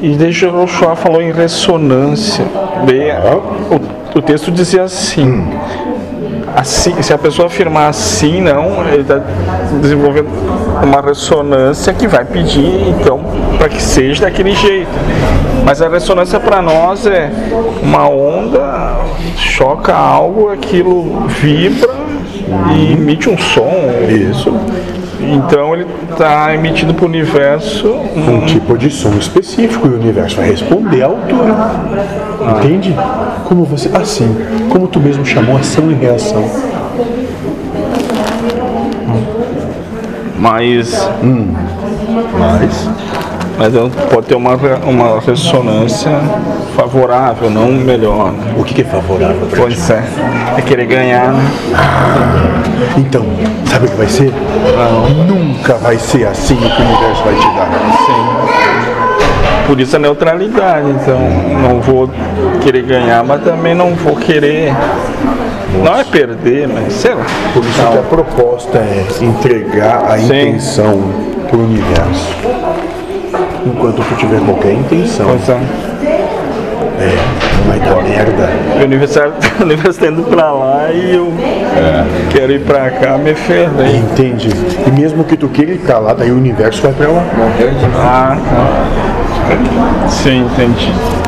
E daí Joshua falou em ressonância. Daí, o, o texto dizia assim. Assim, se a pessoa afirmar assim não, ele está desenvolvendo uma ressonância que vai pedir então para que seja daquele jeito. Mas a ressonância para nós é uma onda choca algo, aquilo vibra e emite um som. Isso. Então ele está emitido para o universo. Um tipo de som específico e o universo vai responder à altura. Entende? Como você. Assim, como tu mesmo chamou ação e reação. Mas hum, Mas. Mas ela pode ter uma, re- uma ressonância favorável, não melhor. né? O que que é favorável pra ti? Pois é, é querer ganhar. né? Então, sabe o que vai ser? Nunca vai ser assim o que o universo vai te dar. Sim. Por isso a neutralidade, então não vou querer ganhar, mas também não vou querer. Não é perder, mas sei lá. Por isso que a proposta é entregar a Sim. intenção para o universo. Enquanto tu tiver qualquer intenção, é, Pois é. vai dar merda. O aniversário, o universo tá indo pra lá e eu quero ir pra cá, me ferrei. Entende? E mesmo que tu queira ir pra lá, daí o universo vai pra lá. Ah, tá. Sim, entendi.